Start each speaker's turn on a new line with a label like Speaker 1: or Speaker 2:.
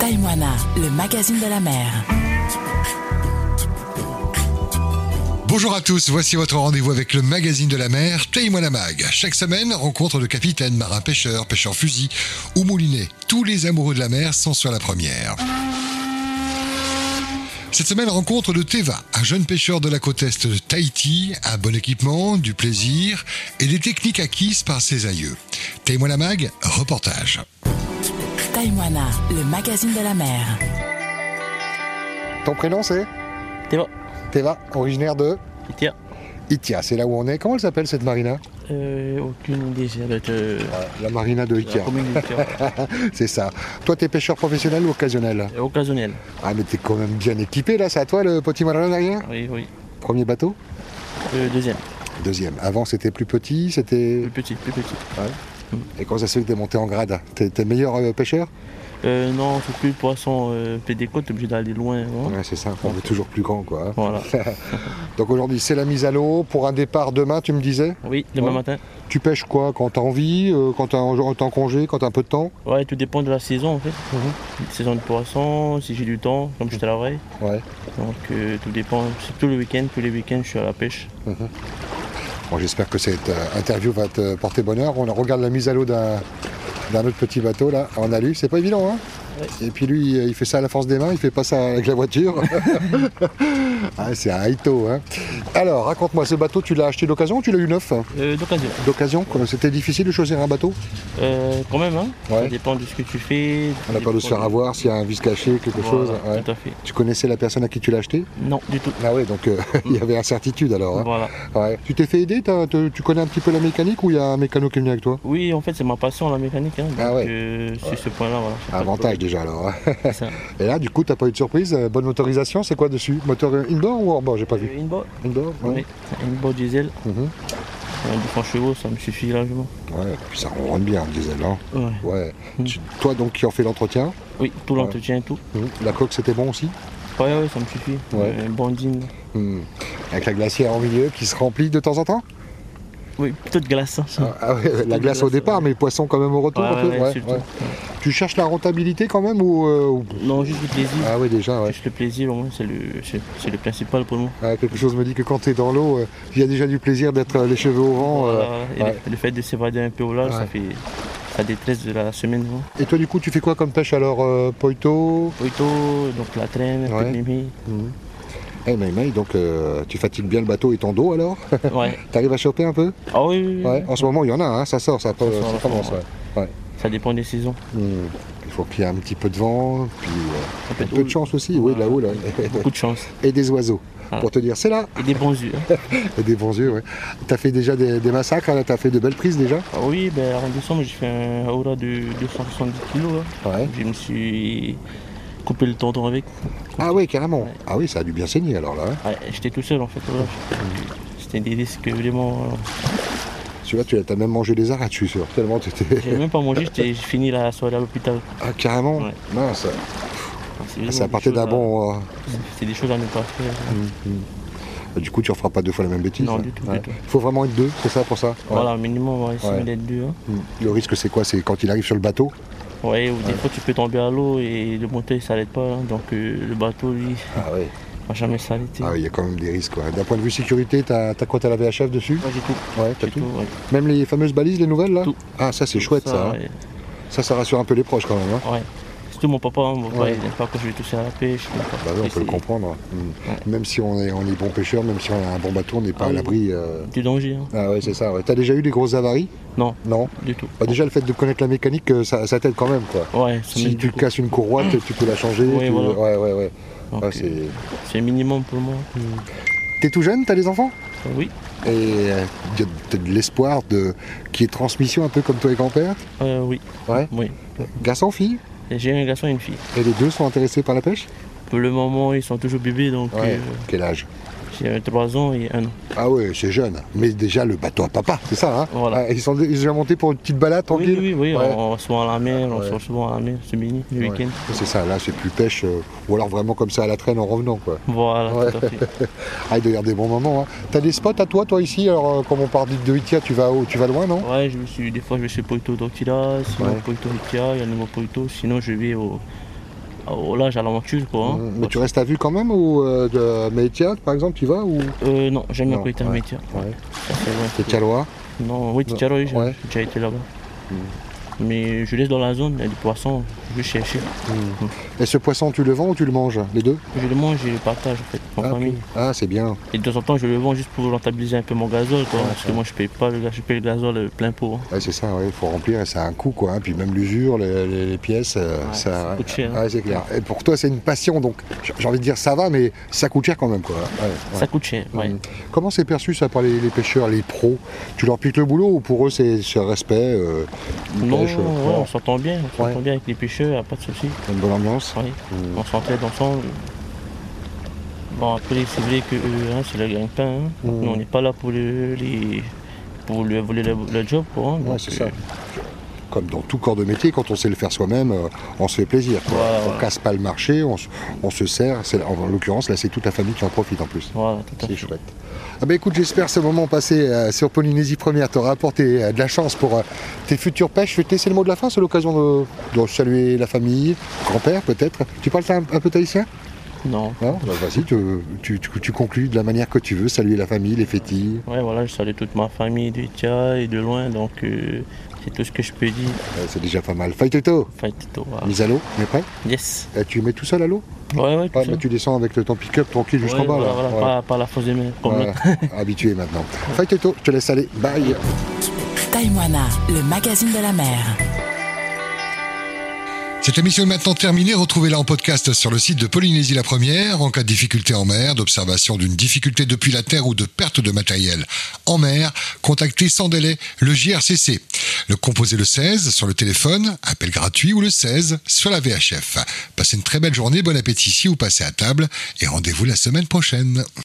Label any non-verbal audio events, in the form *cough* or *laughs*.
Speaker 1: Taïmoana, le magazine de la mer.
Speaker 2: Bonjour à tous, voici votre rendez-vous avec le magazine de la mer, Taille-moi la mag. Chaque semaine, rencontre de capitaines, marins pêcheurs, pêcheurs fusils ou moulinets. Tous les amoureux de la mer sont sur la première. Cette semaine, rencontre de Teva, un jeune pêcheur de la côte est de Tahiti, un bon équipement, du plaisir et des techniques acquises par ses aïeux. Taille-moi la mag, reportage.
Speaker 1: Taïmoana, le magazine de la mer.
Speaker 2: Ton prénom c'est
Speaker 3: Teva.
Speaker 2: Teva, originaire de
Speaker 3: Tiens,
Speaker 2: Itia, c'est là où on est. Comment elle s'appelle cette marina
Speaker 3: euh, aucune idée, ça doit être euh,
Speaker 2: La marina de
Speaker 3: la commune du Tiens.
Speaker 2: *laughs* c'est ça. Toi, t'es pêcheur professionnel ou occasionnel
Speaker 3: Euh, occasionnel.
Speaker 2: Ah, mais t'es quand même bien équipé là, c'est à toi le petit marin derrière
Speaker 3: Oui, oui.
Speaker 2: Premier bateau
Speaker 3: Euh, deuxième,
Speaker 2: Deuxième. Avant, c'était plus petit, c'était.
Speaker 3: plus petit, plus petit.
Speaker 2: Et quand ça se fait que t'es monté en grade T'es t'es meilleur euh, pêcheur
Speaker 3: Euh, non, c'est plus le poisson euh, fait des côtes, t'es obligé d'aller loin. hein.
Speaker 2: Ouais, c'est ça, on veut toujours plus grand quoi. hein. *laughs*
Speaker 3: Voilà.
Speaker 2: Donc aujourd'hui, c'est la mise à l'eau pour un départ demain, tu me disais
Speaker 3: Oui, demain
Speaker 2: Ouais.
Speaker 3: matin.
Speaker 2: Tu pêches quoi Quand t'as envie euh, Quand t'as en en temps congé Quand t'as un peu de temps
Speaker 3: Ouais, tout dépend de la saison en fait.
Speaker 2: Mhm.
Speaker 3: Saison de poisson, si j'ai du temps, comme je travaille.
Speaker 2: Ouais.
Speaker 3: Donc euh, tout dépend. Surtout le week-end, tous les week-ends, je suis à la pêche.
Speaker 2: Bon, j'espère que cette euh, interview va te porter bonheur. On regarde la mise à l'eau d'un d'un autre petit bateau là, en alu, c'est pas évident hein Et puis lui, euh, il fait ça à la force des mains, il fait pas ça avec la voiture. *laughs* Ah, c'est un Aito hein. Alors, raconte-moi, ce bateau, tu l'as acheté d'occasion ou tu l'as eu neuf hein
Speaker 3: Euh, D'occasion.
Speaker 2: D'occasion, quoi, c'était difficile de choisir un bateau.
Speaker 3: Euh, quand même, hein.
Speaker 2: Ouais.
Speaker 3: Ça dépend de ce que tu fais.
Speaker 2: On n'a pas de se faire avoir s'il y a un vice caché, quelque chose. ouais.
Speaker 3: Tout à fait.
Speaker 2: Tu connaissais la personne à qui tu l'as acheté
Speaker 3: Non, du tout.
Speaker 2: Ah oui, donc euh, *laughs* il y avait incertitude alors. hein.
Speaker 3: Voilà.
Speaker 2: Ouais. Tu t'es fait aider t'as- te- Tu connais un petit peu la mécanique ou il y a un mécano qui est venu avec toi
Speaker 3: Oui, en fait, c'est ma passion, la mécanique. Hein, donc,
Speaker 2: Ah ouais.
Speaker 3: euh, sur ce point-là, voilà. c'est pas le
Speaker 2: Avantage déjà alors. hein.
Speaker 3: problème,
Speaker 2: *laughs*
Speaker 3: c'est ça.
Speaker 2: Et là, du coup, t'as pas eu de surprise. euh, Bonne motorisation, c'est quoi dessus Moteur euh, indoor ou hors-bord J'ai pas vu.
Speaker 3: Euh, Une boîte,
Speaker 2: Indoor
Speaker 3: oui. Une boîte diesel,
Speaker 2: Mhm.
Speaker 3: euh, 200 chevaux, ça me suffit largement.
Speaker 2: Ouais, puis ça rentre bien, le diesel. Hein.
Speaker 3: Ouais.
Speaker 2: Ouais.
Speaker 3: Mhm.
Speaker 2: Tu- toi, donc, qui en fait l'entretien,
Speaker 3: Oui, tout l'entretien et tout.
Speaker 2: Mhm. la coque, c'était bon aussi
Speaker 3: Ouais, ouais, ça me suffit.
Speaker 2: Ouais.
Speaker 3: Euh, bandine.
Speaker 2: Mhm. Avec la glacière en milieu qui se remplit de temps en temps
Speaker 3: Oui, plutôt de glace. hein, ça.
Speaker 2: Ah, ah ouais, la glace au
Speaker 3: glace,
Speaker 2: départ,
Speaker 3: ouais.
Speaker 2: mais poisson quand même au retour.
Speaker 3: Ouais,
Speaker 2: un peu
Speaker 3: ouais, ouais, surtout.
Speaker 2: Tu cherches la rentabilité quand même ou, euh, ou-
Speaker 3: Non, juste le plaisir.
Speaker 2: Ah oui, déjà, ouais.
Speaker 3: Juste le plaisir, au moins, c'est le, c'est- c'est le principal pour nous.
Speaker 2: Ouais, quelque chose me dit que quand t'es dans l'eau, euh, il y a déjà du plaisir d'être euh, les cheveux au vent. euh.
Speaker 3: Voilà, et
Speaker 2: ouais.
Speaker 3: le, le fait de s'évader un peu au large,
Speaker 2: Ouais.
Speaker 3: ça fait ça détresse de la semaine. hein.
Speaker 2: Et toi, du coup, tu fais quoi comme pêche alors euh, Poito
Speaker 3: Poito, donc la traîne, un peu
Speaker 2: Ouais. *laughs*
Speaker 3: de mimi.
Speaker 2: Eh, mais, mais, donc euh, tu fatigues bien le bateau et ton dos alors *laughs*
Speaker 3: Ouais.
Speaker 2: T'arrives à choper un peu
Speaker 3: Ah oui, oui, oui,
Speaker 2: Ouais. En ce moment, il y en a, hein, ça sort, ça, ça
Speaker 3: sort,
Speaker 2: commence.
Speaker 3: ouais.
Speaker 2: ouais. Ouais.
Speaker 3: ça dépend des saisons.
Speaker 2: Hmm. Il faut qu'il y ait un petit peu de vent, puis euh,
Speaker 3: Un
Speaker 2: un peu de chance aussi, oui, de la houle. ouais. *laughs*
Speaker 3: Beaucoup de chance.
Speaker 2: et des oiseaux.
Speaker 3: Ah.
Speaker 2: Pour te dire, c'est là
Speaker 3: Et des bons yeux.
Speaker 2: *laughs*
Speaker 3: hein.
Speaker 2: Et des bons yeux, ouais. T'as fait déjà des, des massacres, hein, là, t'as fait de belles prises déjà
Speaker 3: Ah oui, ben, en décembre, j'ai fait un aura de 270 kg.
Speaker 2: Ouais.
Speaker 3: hein. Je me suis coupé le tendon avec.
Speaker 2: Ah oui, carrément. Ah oui, ça a dû bien saigner alors là. hein.
Speaker 3: Ouais, J'étais tout seul en fait. voilà. C'était des risques vraiment. euh,
Speaker 2: Celui-là, tu as t'as même mangé des arêtes, je suis sûr. Tellement t'étais.
Speaker 3: *laughs* J'ai même pas mangé, j'étais- j'ai fini la soirée à l'hôpital.
Speaker 2: Ah, carrément
Speaker 3: Ouais.
Speaker 2: Mince.
Speaker 3: C'est vraiment
Speaker 2: Ah, Ça
Speaker 3: des
Speaker 2: partait
Speaker 3: choses hein.
Speaker 2: d'un Mm,
Speaker 3: à-
Speaker 2: bon. euh,
Speaker 3: C'est des choses à ne pas faire.
Speaker 2: Bah, Du coup, tu referas pas deux fois la même bêtise.
Speaker 3: Non,
Speaker 2: hein.
Speaker 3: du tout, du tout.
Speaker 2: Faut vraiment être deux, c'est ça pour ça Ouais.
Speaker 3: Voilà, minimum, on va essayer
Speaker 2: Ouais.
Speaker 3: d'être deux. hein.
Speaker 2: Mm. Le risque, c'est quoi C'est quand il arrive sur le bateau
Speaker 3: Ouais, ou des fois tu peux tomber à l'eau et le moteur il s'arrête pas. hein. Donc euh, le bateau lui
Speaker 2: Ah oui.
Speaker 3: va jamais s'arrêter.
Speaker 2: Ah oui, il y a quand même des risques. ouais. D'un point de vue sécurité, t'as as quoi T'as la VHF dessus
Speaker 3: Moi j'ai tout.
Speaker 2: Ouais, t'as
Speaker 3: J'ai
Speaker 2: tout.
Speaker 3: tout, ouais.
Speaker 2: Même les fameuses balises, les nouvelles là
Speaker 3: Tout.
Speaker 2: Ah, ça, c'est chouette ça. hein.
Speaker 3: ouais.
Speaker 2: Ça, ça rassure un peu les proches quand même. hein.
Speaker 3: Ouais. Surtout mon papa, hein, mon papa,
Speaker 2: Ouais.
Speaker 3: il n'aime pas quand je vais toucher à la pêche. il aime pas.
Speaker 2: Bah oui, on peut le
Speaker 3: C'est
Speaker 2: comprendre. Mm. Même si on est, on est bon pêcheur, même si on a un bon bateau, on n'est pas
Speaker 3: Ah
Speaker 2: à
Speaker 3: oui.
Speaker 2: l'abri. euh.
Speaker 3: Du danger, hein.
Speaker 2: Ah ouais, c'est ça. ouais. T'as déjà eu des grosses avaries
Speaker 3: Non,
Speaker 2: Non.
Speaker 3: du tout.
Speaker 2: Bah, déjà, le fait de connaître la mécanique, euh, ça, ça t'aide quand même, quoi.
Speaker 3: Ouais, ça
Speaker 2: Si
Speaker 3: m'aide
Speaker 2: tu
Speaker 3: beaucoup.
Speaker 2: casses une courroie, tu- tu peux la changer.
Speaker 3: Oui,
Speaker 2: tu-
Speaker 3: voilà.
Speaker 2: Ouais, ouais, ouais.
Speaker 3: Donc,
Speaker 2: Ouais,
Speaker 3: euh,
Speaker 2: Ah, c'est-
Speaker 3: C'est minimum pour moi.
Speaker 2: T'es tout jeune, t'as des enfants
Speaker 3: Oui,
Speaker 2: Et euh, y a peut-être de l'espoir de... qui est transmission un peu comme toi et grand-père
Speaker 3: euh, oui,
Speaker 2: Ouais.
Speaker 3: oui.
Speaker 2: Garçon, fille
Speaker 3: Et J'ai un garçon et une fille.
Speaker 2: Et les deux sont intéressés par la pêche
Speaker 3: Pour le moment, ils sont toujours bébés, donc
Speaker 2: Ouais.
Speaker 3: euh,
Speaker 2: Quel âge
Speaker 3: j'ai 3 ans et 1 an.
Speaker 2: Ah ouais, c'est jeune. Mais déjà, le bateau à papa, c'est ça, hein
Speaker 3: Voilà.
Speaker 2: Ah, Ils sont ils sont déjà montés pour une petite balade
Speaker 3: Oui,
Speaker 2: tranquille
Speaker 3: oui, oui, oui,
Speaker 2: Ouais.
Speaker 3: on, on sort à la mer, on
Speaker 2: Ouais.
Speaker 3: sort souvent à la mer, c'est mini, le
Speaker 2: Ouais.
Speaker 3: week-end.
Speaker 2: C'est ça, là c'est plus pêche, euh, ou alors vraiment comme ça à la traîne en revenant quoi.
Speaker 3: Voilà,
Speaker 2: Ouais.
Speaker 3: tout
Speaker 2: *laughs*
Speaker 3: à fait.
Speaker 2: Ah il doit y avoir des bons moments. Hein. T'as des spots à toi toi ici, alors euh, comme on part de Itia, tu vas où Tu vas loin non
Speaker 3: Ouais, je me suis, des fois je vais chez Poito d'Ortila, sinon
Speaker 2: Ouais.
Speaker 3: Poito Rikia, il y a le mot Poito, sinon je vais au, au large à l'aventure quoi. hein.
Speaker 2: Mmh. Mais tu restes à vue quand même ou euh, de Maïtia, par exemple, tu y vas ou
Speaker 3: Euh, non, j'aime bien
Speaker 2: Non,
Speaker 3: quand
Speaker 2: ouais.
Speaker 3: il intermédiaire.
Speaker 2: Ouais.
Speaker 3: C'est
Speaker 2: T'es Tialois
Speaker 3: Non, oui, Titiaro, oui, j'ai
Speaker 2: Ouais. Mm.
Speaker 3: j'ai déjà été là-bas. Mais je laisse dans la zone, il y a du poisson, je vais chercher.
Speaker 2: Et ce poisson, tu le vends ou tu le manges Les deux
Speaker 3: Je le mange et je le partage en fait, en
Speaker 2: Ah,
Speaker 3: famille.
Speaker 2: puis- Ah, c'est bien.
Speaker 3: Et de temps en temps, je le vends juste pour rentabiliser un peu mon gazole, quoi, parce que moi, je paye pas le, gaz- je paye le gazole euh, plein pot. hein.
Speaker 2: Ouais, c'est ça, il faut remplir et ça a un coût, quoi. hein. Puis même l'usure, les, les- les pièces, euh,
Speaker 3: Ouais,
Speaker 2: ça.
Speaker 3: ça coûte cher, hein.
Speaker 2: Ouais, c'est clair. Et pour toi, c'est une passion, donc j- j'ai envie de dire ça va, mais ça coûte cher quand même, quoi. Ouais, ouais.
Speaker 3: Ça coûte cher, ouais.
Speaker 2: Mmh. Comment c'est perçu ça par les, les pêcheurs, les pros Tu leur piques le boulot ou pour eux c'est c'est un respect euh, une
Speaker 3: Non,
Speaker 2: pêche, euh,
Speaker 3: ouais,
Speaker 2: fort,
Speaker 3: on s'entend bien, on s'entend
Speaker 2: Ouais.
Speaker 3: bien avec les pêcheurs, y a pas de souci.
Speaker 2: une bonne ambiance
Speaker 3: ouais. On s'entraide ensemble. Bon, après, c'est vrai que eux, hein, c'est le gagne-pain. hein.
Speaker 2: Mm.
Speaker 3: Nous, on n'est pas là pour le, les, pour lui voler le, le job, quoi. hein.
Speaker 2: Ouais,
Speaker 3: Donc,
Speaker 2: c'est ça.
Speaker 3: euh,
Speaker 2: Comme dans tout corps de métier, quand on sait le faire soi-même, euh, on se fait plaisir. quoi.
Speaker 3: Ouais,
Speaker 2: on
Speaker 3: ouais.
Speaker 2: casse pas le marché, on, se- on se sert. C'est- En l'occurrence, là, c'est toute la famille qui en profite en plus.
Speaker 3: Voilà, tout à
Speaker 2: C'est
Speaker 3: fait.
Speaker 2: chouette. Ah bah écoute, j'espère ce moment passé euh, sur Polynésie Première t'aura apporté euh, de la chance pour euh, tes futures pêches. Je vais te laisser le mot de la fin, c'est l'occasion de, de saluer la famille, grand-père peut-être. Tu parles un, un peu tahitien
Speaker 3: Non.
Speaker 2: Non Bah, Vas-y, tu, tu- tu- tu conclus de la manière que tu veux, saluer la famille, les fétis.
Speaker 3: Ouais, voilà, je salue toute ma famille de Tia et de loin, donc euh, c'est tout ce que je peux dire.
Speaker 2: Euh, c'est déjà pas mal. Faiteto
Speaker 3: Enfin, tout au revoir.
Speaker 2: Mise à l'eau, on est prêt
Speaker 3: Yes.
Speaker 2: Et tu mets tout seul à l'eau
Speaker 3: Ouais, ouais, tout
Speaker 2: Ouais,
Speaker 3: ça.
Speaker 2: bah, tu descends avec ton pick-up tranquille jusqu'en
Speaker 3: Ouais,
Speaker 2: bas
Speaker 3: voilà,
Speaker 2: là.
Speaker 3: voilà,
Speaker 2: Ouais.
Speaker 3: pas, pas la fausse main, comme
Speaker 2: Ouais,
Speaker 3: l'autre. *laughs*
Speaker 2: habitué maintenant. Faiteto, je te laisse aller. Bye
Speaker 1: Taïwana, le magazine de la mer.
Speaker 2: Cette émission est maintenant terminée. Retrouvez-la en podcast sur le site de Polynésie la Première. En cas de difficulté en mer, d'observation d'une difficulté depuis la terre ou de perte de matériel en mer, contactez sans délai le JRCC. Le composez le 16 sur le téléphone, appel gratuit ou le 16 sur la VHF. Passez une très belle journée, bon appétit si vous passez à table et rendez-vous la semaine prochaine.